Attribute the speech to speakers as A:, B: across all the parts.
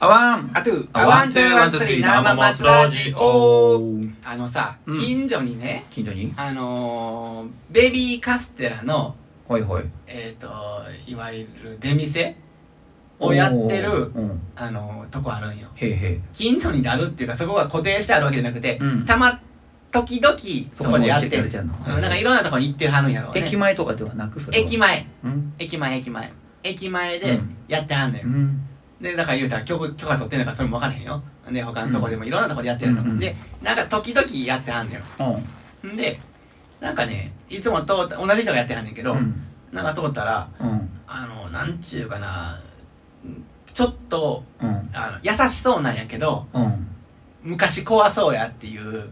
A: あわん
B: あ、トゥー、
A: あ
B: あ、ワン、トゥー、ワン、ツー、スリー、生松ラジオ。あのさ、
A: うん
B: 近所にね、
A: 近所に
B: あのー、ベビーカステラの、
A: はいはい
B: えっ、と、いわゆる出店をやってる、
A: うん
B: あのー、とこあるんよ。
A: へいへい
B: 近所にあるっていうか、そこが固定してあるわけじゃなくて、
A: うん
B: たま、時々、そこでやって
A: る
B: る。うんなんかいろんなとこに行ってはるんやろうね
A: 駅。前とかではなくそれは
B: 駅前、
A: うん
B: 駅前、駅前。駅前で
A: うん
B: やってはんのよ
A: う。ん
B: で、だから言うたら許可許可取ってんのかそれも分からへんよ。で、他のとこでもいろんなとこでやってると思
A: う
B: うんんで、なんか時々やってはんのよ。んで、なんかね、いつも通った、同じ人がやってはんねんけ
A: う
B: ど、
A: ん
B: なんか通ったら、
A: うん
B: あの、なんちゅうかな、ちょっと、
A: うん
B: あの、優しそうなんやけど、
A: うん
B: 昔怖そうやっていう、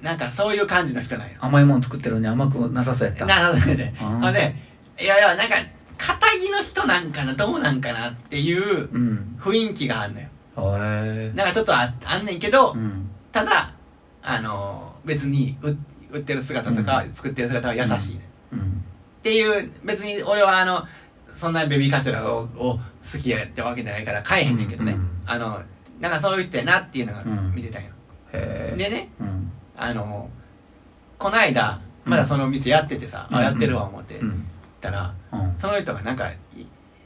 B: なんかそういう感じの人なんよ。
A: 甘いもん作ってるのに甘くなさそうやった
B: な、それで。
A: あー
B: ほんで、いやいや、なんか、仇の人なんかな、どうなんかなっていう
A: うん
B: 雰囲気があんのよ。
A: へえ
B: なんかちょっとああんねんけど
A: う、ん
B: ただあの別にう売ってる姿とか、
A: う
B: 作ってる姿は優しい、っ
A: うん
B: ていう別に俺はあのそんなベビーカステラをを好きやってわけじゃないから買えへんねんけどね、
A: うんうん
B: あのなんかそう言ってなっていうのが
A: うん
B: 見てたんよ、
A: へえ
B: でね
A: うん
B: あのこないだまだその店やっててさ、
A: うん
B: あやってるわ思って
A: う
B: 行っ
A: ん
B: たら
A: うん
B: その人がなんかい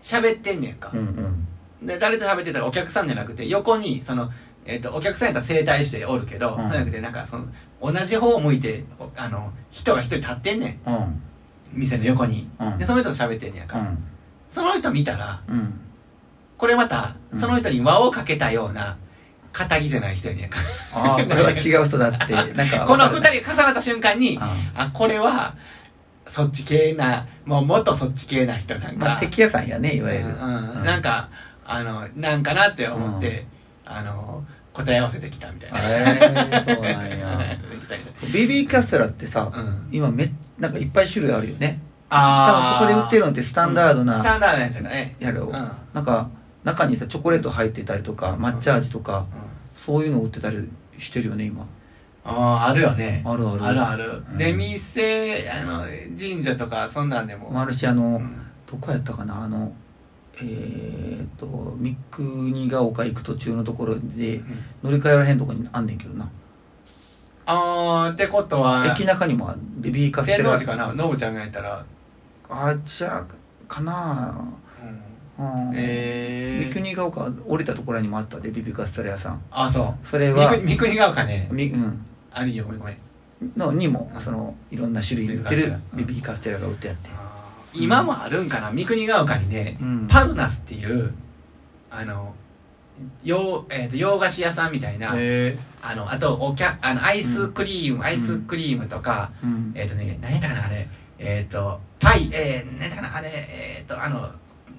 B: 喋ってんねんか
A: う、ん
B: で誰と喋ってたらお客さんじゃなくて横にその、えっとお客さんやったら整体しておるけど、
A: ん
B: そうじゃなくてなんかその同じ方を向いておあの人が一人立ってんねん
A: うんうん
B: 店の横に
A: うん
B: でその人と喋ってんねやから、その人見たら
A: うんうん
B: これまた
A: うん
B: その人に輪をかけたような仇じゃない人やねんか
A: ああこれは違う人だってなんか
B: この
A: 分
B: 二
A: かる
B: 人が重なった瞬間に
A: なあ
B: あこれはそっち系なもうもっとそっち系な人なん
A: ー
B: か、
A: まあ敵屋さんやねいわゆる
B: うん
A: うん
B: なんかあのなんかなって思って、あの答え合わせてきたみたいな。
A: へえそうなん やベビーカステラってさ、
B: うん
A: 今めなんかいっぱい種類あるよね多
B: あ
A: 分そこで売ってるのってスタンダード
B: スタ
A: な
B: ンダードなやつだね。
A: やろ、
B: うん。うん
A: なんか中にさチョコレート入ってたりとか抹茶味とかそういうの売ってたりしてるよね今
B: あーあるよね。
A: あるある
B: あるある
A: う。ん
B: 出店、あの、神社とか、そんなんでも。
A: もあるしあの、
B: うん
A: どこやったかなあのえー、っと三国ヶ丘行く途中のところで乗り換えらへんとこにあんねんけどな
B: あー、ってことは
A: 駅、中にもあるベビーカステ
B: 天王
A: ラ
B: 寺かな、ノブちゃんがやったら。
A: あじゃあかな
B: うん
A: あうん
B: え
A: 三
B: ー。
A: 国ヶ丘降りたところにもあったでビビカステラ屋さん
B: あ、そう。
A: それ
B: 三
A: は
B: 国三国が丘ね。
A: み、うん、
B: あるよ、ごめんごめん。
A: のにもそのいろんな種類売ってる
B: ビ
A: ビ
B: ビ
A: ビカステラが売ってあって
B: 今もあるんかな、三国が丘にね、
A: うん
B: パルナスっていう、あの、洋、えっ、と、洋菓子屋さんみたいな、
A: へえ
B: あの、あと、おきゃ、あの、アイスクリーム、アイスクリームとか、
A: うん
B: えっ、とね、何やったかな、あれ、えっ、と、パイ、えー、何やったかな、あれ、えっ、と、あの、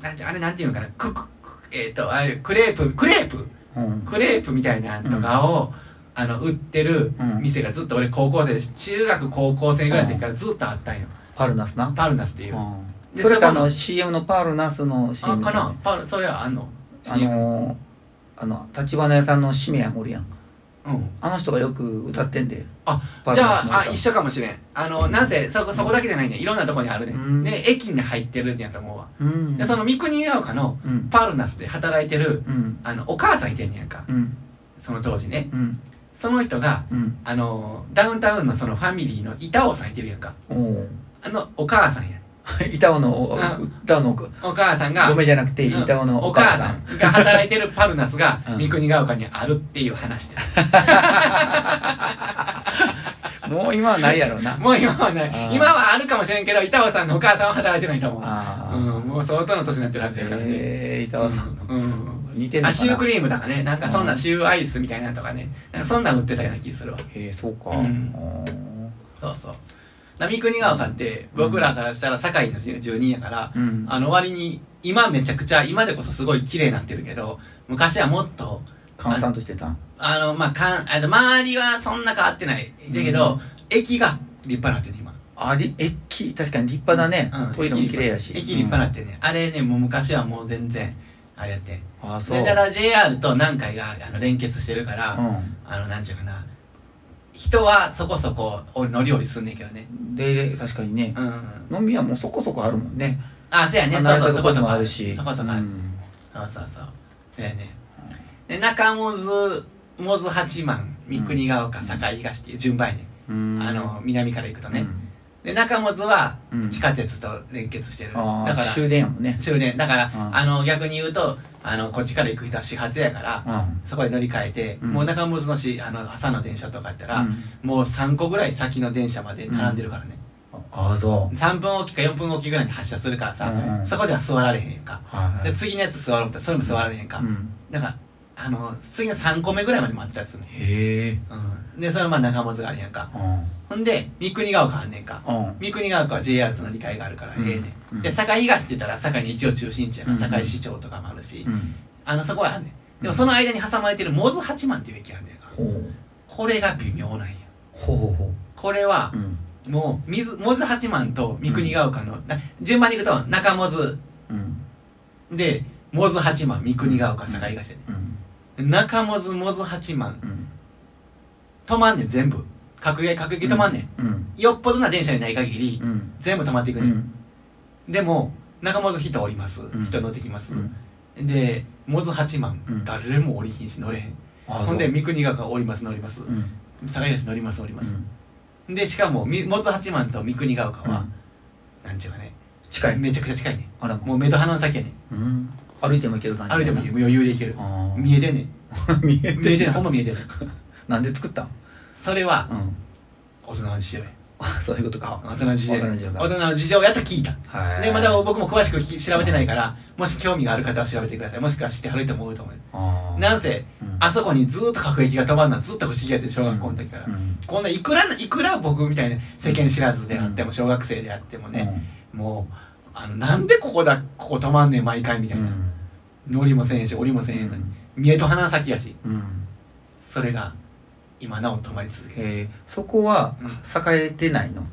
B: なんてあれなんていうのかな、クク、クえっ、と、あれ、クレープ、クレープ、
A: うん
B: クレープみたいなんとかを、あの、売ってる
A: うん
B: 店がずっと俺高校生、中学高校生ぐらいの時からずっとあったんよ。
A: パルナスな
B: パルナスっていう。あ、
A: うん
B: で
A: それかあ
B: そこ
A: の
B: の
A: CM のパルナスの CM
B: かなパル、それはあんの
A: あのーあの立花屋さんのシメやもおるやん
B: うん。
A: あの人がよく歌ってんで
B: あ
A: パル
B: じゃ
A: ナスの歌
B: ああ一緒かもしれんあのなぜそこそこだけじゃないねいろんなとこにあるね、
A: うん
B: で駅に入ってるんやと思うわ、
A: うん
B: でその三国ヶ丘の
A: うん
B: パルナスで働いてる
A: うん
B: あのお母さんいてんねやんか
A: うん
B: その当時ね
A: うん
B: その人が
A: うん
B: あのダウンタウンのそのファミリーの板尾さんいてるやんか
A: おお
B: あのお母さんや
A: 板尾の
B: あ
A: 板尾の奥
B: お母さんが
A: ごめんじゃなくて
B: うん
A: 板尾の
B: お
A: お
B: 母
A: 母
B: さ
A: さん
B: んが働いてるパルナスが
A: うん
B: 三国ヶ丘にあるっていう話です
A: もう今はないやろうな
B: もう今はな
A: あ
B: い
A: ー
B: 今はあるかもしれんけど板尾さんのお母さんは働いてないと思う
A: ああ
B: うん、もう相当の年になってるはずやからね。
A: えー、板尾さんの
B: うん。
A: 似てんのかな
B: あ、シュークリームとかね、なんかそん
A: う
B: な、
A: ん
B: シューアイスみたいなのとかね、なんかそんなん売ってたような気するわ。
A: へえそうか、
B: うんそうそう。な三国が丘って、僕らからしたら堺の住住人やから、
A: うん
B: あの割に、今めちゃくちゃ、今でこそすごい綺麗になってるけど、昔はもっと、
A: 閑散としてたん
B: あの、まあ、かん、あの周りはそんな変わってない。だけど、駅が立派になってる今。
A: あり駅確かに立派だね、
B: うん
A: トイレも綺麗やし
B: 駅立派にな
A: うん
B: ってね、あれね、もう昔はもう全然、あれやってん
A: ああ
B: そ
A: そう
B: れから JR と南海があの連結してるから、
A: う
B: あのなんちゅうかな人はそこそこお乗り降りすんねんけどね
A: んで確かにね
B: う、ん
A: 飲み屋もそこそこあるもんね
B: あそうやねそう
A: 離れ
B: そう
A: た
B: そ
A: と
B: こ
A: こ
B: そ
A: に
B: こ
A: もあるし
B: そこそこ、
A: うん
B: そうそうそうそうやね
A: はい
B: で中百舌百舌八幡三国ヶ丘境東っていう順番やね、
A: うん
B: ん、あの南から行くと
A: う
B: ね、
A: ん
B: で中百舌は
A: うん
B: 地下鉄と連結してる、
A: あ
B: だ
A: あ
B: から
A: 終電やもんね
B: 終電だから、
A: うん
B: あの逆に言うとあのこっちから行く人は始発やから、
A: うん
B: そこで乗り換えて、
A: うん
B: もう中百舌のしあの朝の電車とかやったら、
A: うん
B: もう3個ぐらい先の電車まで並んでるからね、
A: ああそう
B: 3分おきか4分おきぐらいに発車するからさ、
A: うん
B: そこでは座られへんやんか、
A: はいはい
B: で次のやつ座ろうと思ったらそれも座られへんか、
A: うん
B: だからあの次の3個目ぐらいまで待ってたやつね、
A: へえ
B: うん、でそれまあ中本があるやんかほんで三国ヶ丘あんねんか
A: うんうん
B: 三国ヶ丘は JR との理解があるからええねん、
A: うん
B: で堺東って言ったら堺に一応中心地やか
A: うん
B: ら堺市長とかもあるし、
A: うん
B: あのそこはあんねんでもその間に挟まれてるモズ八幡っていう駅あんねんか
A: ほう
B: これが微妙なんや
A: ほうほうほ
B: これは
A: ううん
B: もう水モズ八幡と三国ヶ丘の、な順番に行くと中モズ
A: うん
B: でモズ八幡三国ヶ丘堺東やね
A: うん
B: ん中モズモズ八幡
A: うん
B: 止まんねん全部各駅各駅止まんねん、
A: うん
B: よっぽどな電車にない限り
A: うん
B: 全部止まっていく
A: う
B: ねん、
A: ん
B: でも中本人降ります、
A: ん
B: 人乗ってきます、
A: うん
B: でモズ八幡、
A: うん
B: 誰も降りひんし乗れへん
A: あ
B: ほんで三国が丘降ります乗ります
A: うん
B: 坂東乗ります乗り
A: う
B: ます、
A: ん
B: でしかもみモズ八幡と三国が丘は、なんちゅうかね
A: 近い
B: めちゃくちゃ近いね
A: あら
B: もう目と鼻の先やね
A: うん歩いても行ける感じ
B: 歩いてもいいもう余裕で行ける
A: あー
B: 見えてんねん
A: 見え
B: 見えてんねんほん
A: る
B: ま見えてんねん
A: なんで作ったん
B: それは
A: うん
B: 大人の事情や
A: あそういうことか
B: 大人の事情や
A: 大人の事情だ
B: 大人の事情やと聞いた
A: は
B: でまた僕も詳しくき調べてないからもし興味がある方は調べてくださいもしくは知ってはる人も多いと思う
A: あー
B: なんせ
A: うん
B: あそこにずーっと各駅が止まんのはずっと不思議やって小学校の時から、
A: うん
B: こんないくらいくら僕みたいな世間知らずであっても小学生であってもね、もうあのなんでここだここ止まんねん毎回み
A: う
B: たい
A: ん
B: な、乗りもせんし降りもせんやのに、見えと鼻先やし
A: うん
B: それが今なお止まり続けてる、
A: えーそこは
B: うん
A: 栄えてないの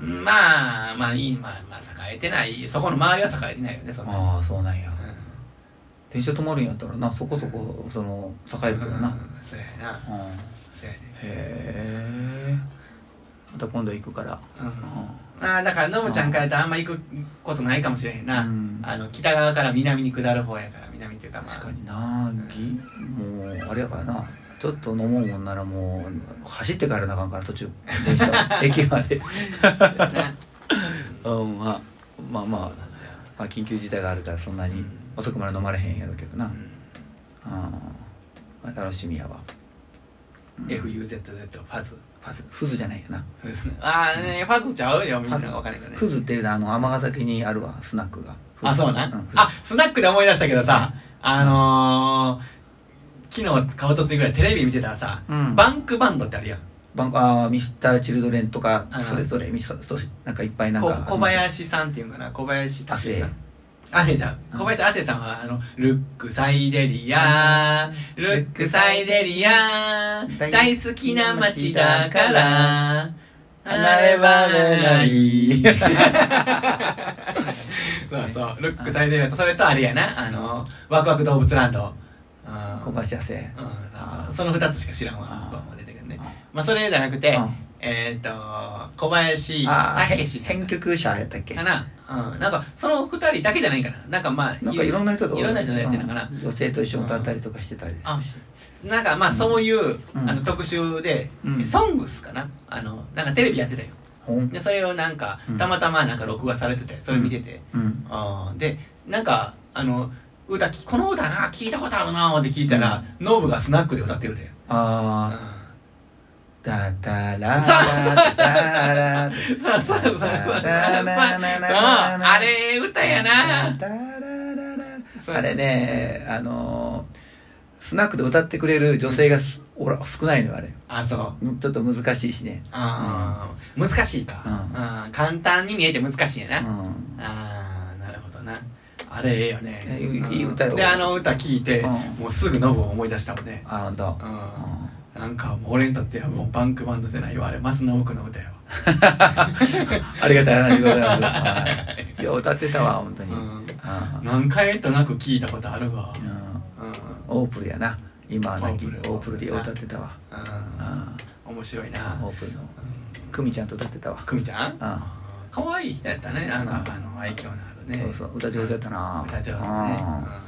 B: まあまあいいまあまあ栄えてないそこの周りは栄えてないよねその、
A: ああそうなんや
B: うん
A: 電車止まるんやったらなそこそこその栄えてるよな、うん
B: うんそうやなそうやね
A: へえまた今度行くから
B: うん
A: う
B: ああだからノブちゃんからやったらあんま行くことないかもしれへんな、
A: ん
B: あの北側から南に下る方やから南っていうかまあ
A: 確かになぎもうあれやからなちょっと飲もうもんならもう走って帰らなあかんから途中電 車駅まで
B: な
A: うんまあまあまあまあ緊急事態があるからそんなに遅くまで飲まれへんやろうけどな、
B: うん
A: あーまあ楽しみやわ
B: FUZZ ファズ
A: フズフズじゃないよな
B: ああねファズちゃうよみんな
A: ファズ
B: わかんないけど
A: フ
B: ね
A: ズっていうのはあの尼崎にあるわスナックがフズ
B: あそうな、
A: んフズ
B: あスナックで思い出したけどさあのー、昨日顔とついぐらいテレビ見てたらさ、
A: うん
B: バンクバンドってあるやん
A: バンコあーミスター・チルドレンとか
B: あの
A: それぞれミスターとなんかいっぱいなん
B: こ
A: か
B: 小林さんっていうんかな小林
A: 亜
B: 達
A: 生
B: 也さん亜生ちゃん小林亜生さんはあのルックサイデリアルックサイデリア大好きな街だから
A: 離れ離れない
B: そうそう、ルック最大限と、それとあれやな、あの、ワクワク動物ランド。うん
A: 小林亜生
B: うんそうそうその二つしか知らんわ
A: あ、ー
B: 僕はもう出てくるね
A: あー。
B: まあ、それじゃなくて
A: うん、
B: えーっと、小林
A: ああ
B: 武史さ
A: 編
B: ん
A: 曲者やったっけ
B: かな。うん、なんか、その二人だけじゃないかな。なんかまあ、
A: なんかいろんな人と
B: いろんな人とやってるのかな
A: う。ん女性と一緒に歌ったりとかしてたり
B: あ
A: ですし
B: なんかまあ、そういう、
A: うん
B: あの、特集で、
A: うん
B: ソングスかな。あの、なんかテレビやってたよ。
A: ほん
B: で、それをなんか
A: う、ん
B: たまたまなんか録画されてて、それ見てて、
A: うん
B: あーでなんかあの歌きこの歌な聞いたことあるなーって聞いたら、ノブがスナックで歌ってるで、うん
A: ああだだら
B: そう
A: だだら
B: そうそうそうそうそうあれ歌やな
A: だららら
B: そう
A: あれねあのースナックで歌ってくれる女性がすおら少ないのよあれ
B: あそう
A: ちょっと難しいしね
B: あー、難しいか、
A: うん
B: うん簡単に見えて難しいやな、
A: うん
B: ああなるほどなあれええよね
A: いいいい歌よ
B: うんであの歌聞いて、
A: うん
B: もうすぐノブを思い出したもんね
A: あほんと
B: うん、
A: うん
B: なんかもう俺にとってはもうバンクバンドじゃないよあれ松の奥の歌よ
A: ありがたい話でございますはいよう歌ってたわ本当に
B: うん
A: あー
B: 何回となく聞いたことあるわ、
A: う
B: うん
A: ん
B: う
A: オープルやな今はなきオ
B: オープル
A: ープルでよう歌ってたわ
B: ん、
A: あ
B: 面白い
A: あ
B: な
A: オープルの
B: うん
A: 久美ちゃんと歌ってたわ
B: 久美ちゃん
A: あ
B: 可愛い人やったねなん
A: う
B: か
A: ん
B: あの愛嬌のあるね
A: そうそう歌上手やったな
B: 歌上手ね
A: ああ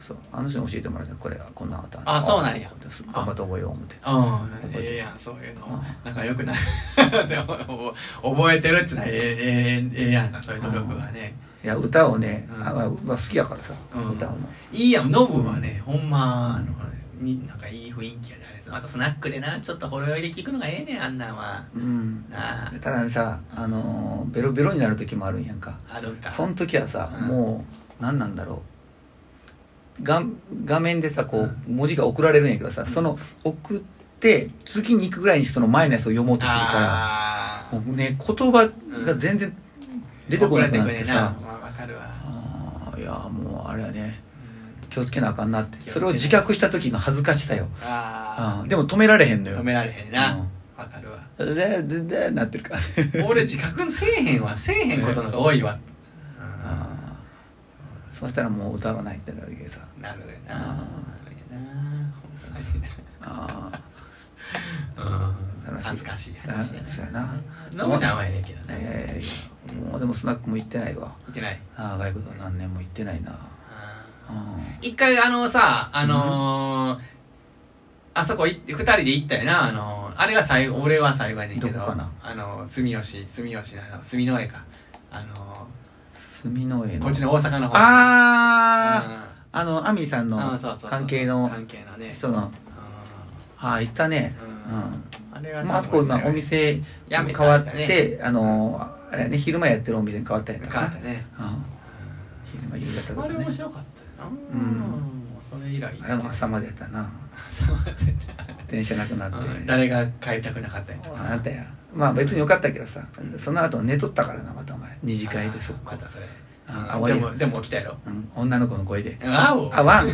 A: そうあの人に教えてもらったこれがこんな歌
B: あそうなんや
A: こです頑張って覚えよう思って
B: うん、ええやん、そういうの。なんかよくない。 でも覚えてるってのはええええええやんか、そういう努力がね。
A: いや歌をね、
B: うん
A: あまあまあ、好きやからさ、
B: うん
A: 歌うの
B: いいやん、ノブはね、ほんま、あの、になんかいい雰囲気やで、あれ。またスナックでな、ちょっとほろ酔いで聞くのがええねん、あんなんは。
A: うん
B: なあ、
A: たださあのーベロベロになる時もあるんやんか
B: あるんか。
A: その時はさ、
B: うん
A: もう何なんだろう画画面でさこう文字が送られるんやけどさ、
B: ん
A: その送って次に行くぐらいにその前のやつを読もうとするか
B: あ
A: らもうね言葉が全然出てこなくなっ
B: れ
A: て
B: てくれな
A: さ、。
B: まあ、わかるわ。
A: あーいやもうあれやね
B: うん
A: 気をつけなあかんなって
B: 気をつけな
A: それを自覚した時の恥ずかしさよ、
B: あ
A: うんでも止められへんの
B: あ、
A: よ
B: 止められへんな。わかるわ。
A: うんでででなってるから
B: 俺、自覚せえへんわ、せえへんことのが多いわ。うん
A: あーそしたらもう歌わないってなるけどさ
B: なるよな。
A: あ
B: なるよな。ほんまにな。
A: あ
B: うん
A: 楽しい
B: 恥ずかしい話や
A: あそうやな
B: ノブちゃんはええけど
A: ー
B: ね、
A: ええもうでもスナックも行ってないわ
B: 見てない
A: ああ外国は何年も行ってないなうん
B: 一回あのさあのーあそこ行って二人で行ったよなあのーあれが最後俺は最後やねんけど
A: どこかな
B: あのー住吉住吉のあの住の江かあの
A: 住の江
B: ー
A: の
B: こっちの大阪の方
A: ああ、あのアミさん
B: うん
A: の
B: あそうそうそう
A: 関係の
B: 関係のね
A: 人のああ行ったね
B: うん
A: う
B: あれ
A: ん
B: は
A: まああそこ今お店
B: や
A: 変
B: めた
A: わって、
B: やめ
A: あのあれやね昼間やってるお店に変わったんや
B: た
A: っ
B: ね
A: たかな
B: 変わったね
A: うん昼間夕方と
B: あ
A: か
B: れ
A: ね
B: 面白かったよな
A: うん
B: それ以来
A: あれも朝までやったな
B: そうだったよな
A: 電車なくなって
B: うん誰が帰りたくなかったんやとか
A: あんたやまあ別によかったけどさ
B: うん
A: その後寝とったからなまたお前二次会でそっ
B: あ
A: か
B: またそれ
A: あ
B: あ
A: 終わ
B: で
A: りや
B: もでも起きたやろ
A: うん女の子の声で
B: あお
A: あわん